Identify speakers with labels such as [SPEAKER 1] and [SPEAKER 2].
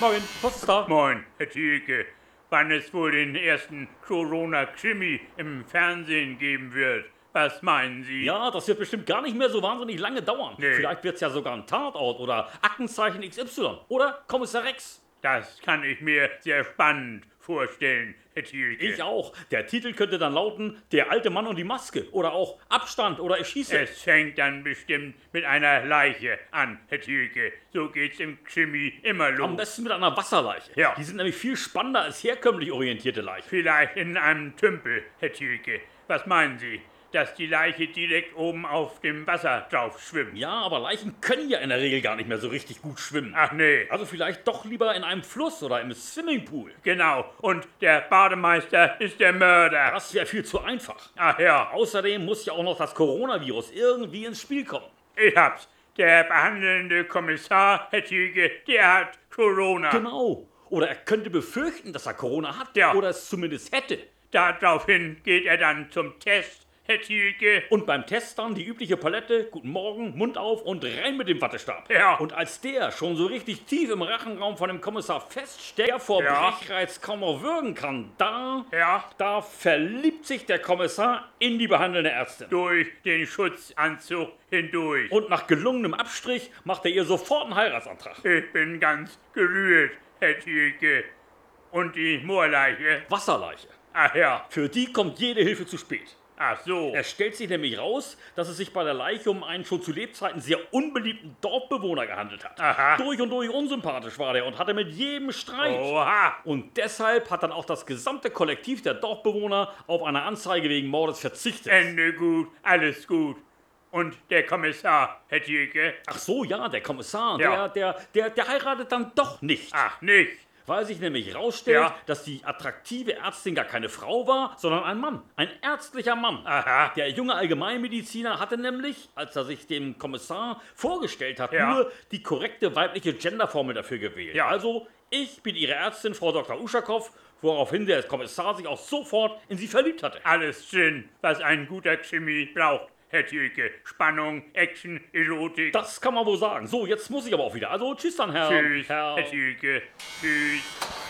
[SPEAKER 1] Moin, was ist da?
[SPEAKER 2] Moin, Herr Thielke. Wann es wohl den ersten Corona-Krimi im Fernsehen geben wird? Was meinen Sie?
[SPEAKER 1] Ja, das wird bestimmt gar nicht mehr so wahnsinnig lange dauern.
[SPEAKER 2] Nee.
[SPEAKER 1] Vielleicht wird's ja sogar ein Tatort oder Aktenzeichen XY. Oder Kommissar Rex.
[SPEAKER 2] Das kann ich mir sehr spannend vorstellen, Herr Thielke.
[SPEAKER 1] Ich auch. Der Titel könnte dann lauten Der alte Mann und die Maske. Oder auch Abstand oder ich schieße.
[SPEAKER 2] Es fängt dann bestimmt mit einer Leiche an, Herr Thielke. So geht's im Krimi immer
[SPEAKER 1] Am
[SPEAKER 2] los.
[SPEAKER 1] besten mit einer Wasserleiche.
[SPEAKER 2] Ja.
[SPEAKER 1] Die sind nämlich viel spannender als herkömmlich orientierte Leichen.
[SPEAKER 2] Vielleicht in einem Tümpel, Herr Thielke. Was meinen Sie? Dass die Leiche direkt oben auf dem Wasser drauf schwimmt?
[SPEAKER 1] Ja, aber Leichen können ja in der Regel gar nicht mehr so richtig gut schwimmen.
[SPEAKER 2] Ach nee,
[SPEAKER 1] Also vielleicht doch lieber in einem Fluss oder im Swimmingpool.
[SPEAKER 2] genau. Und der Bademeister ist der Mörder.
[SPEAKER 1] Das wäre viel zu einfach.
[SPEAKER 2] Ach ja.
[SPEAKER 1] Außerdem muss ja auch noch das Coronavirus irgendwie ins Spiel kommen.
[SPEAKER 2] Ich hab's. Der behandelnde Kommissar, Herr Tüge, der hat Corona.
[SPEAKER 1] Genau. Oder er könnte befürchten, dass er Corona hat.
[SPEAKER 2] Ja.
[SPEAKER 1] Oder es zumindest hätte.
[SPEAKER 2] Daraufhin geht er dann zum Test, Herr Tüge.
[SPEAKER 1] Und beim Test dann die übliche Palette, guten Morgen, Mund auf und rein mit dem Wattestab.
[SPEAKER 2] Ja.
[SPEAKER 1] Und als der schon so richtig tief im Rachenraum von dem Kommissar feststellt, der vor
[SPEAKER 2] Ja.
[SPEAKER 1] Brechreiz kaum erwürgen kann, da,
[SPEAKER 2] Ja,
[SPEAKER 1] da verliebt sich der Kommissar in die behandelnde Ärztin.
[SPEAKER 2] durch den Schutzanzug hindurch.
[SPEAKER 1] Und nach gelungenem Abstrich macht er ihr sofort einen Heiratsantrag.
[SPEAKER 2] ich bin ganz gerührt, Herr Tüge. Und die Moorleiche?
[SPEAKER 1] Wasserleiche.
[SPEAKER 2] Ach ja,
[SPEAKER 1] Für die kommt jede Hilfe zu spät.
[SPEAKER 2] ach so.
[SPEAKER 1] Es stellt sich nämlich raus, dass es sich bei der Leiche um einen schon zu Lebzeiten sehr unbeliebten Dorfbewohner gehandelt hat.
[SPEAKER 2] Aha. Oh.
[SPEAKER 1] Durch und durch unsympathisch war der und hatte mit jedem Streit.
[SPEAKER 2] Oha.
[SPEAKER 1] Und deshalb hat dann auch das gesamte Kollektiv der Dorfbewohner auf eine Anzeige wegen Mordes verzichtet.
[SPEAKER 2] Ende gut, alles gut. Und der Kommissar, Herr Tüge?
[SPEAKER 1] Ach so, ja, der Kommissar,
[SPEAKER 2] Ja.
[SPEAKER 1] Der, der, der, der heiratet dann doch nicht.
[SPEAKER 2] Ach, nicht.
[SPEAKER 1] Weil sich nämlich rausstellt,
[SPEAKER 2] Ja.
[SPEAKER 1] dass die attraktive Ärztin gar keine Frau war, sondern ein Mann. Ein ärztlicher Mann.
[SPEAKER 2] Aha.
[SPEAKER 1] Der junge Allgemeinmediziner hatte nämlich, als er sich dem Kommissar vorgestellt hat,
[SPEAKER 2] Ja.
[SPEAKER 1] nur die korrekte weibliche Genderformel dafür gewählt.
[SPEAKER 2] Ja.
[SPEAKER 1] Also, ich bin Ihre Ärztin, Frau Dr. Uschakow, woraufhin der Kommissar sich auch sofort in sie verliebt hatte.
[SPEAKER 2] Alles drin, was ein guter Krimi braucht, Herr Tüke. Spannung, Action, Erotik.
[SPEAKER 1] Das kann man wohl sagen. So, jetzt muss ich aber auch wieder. Also, tschüss dann, Herr.
[SPEAKER 2] Tschüss,
[SPEAKER 1] Herr
[SPEAKER 2] Herr Tüke. Tschüss.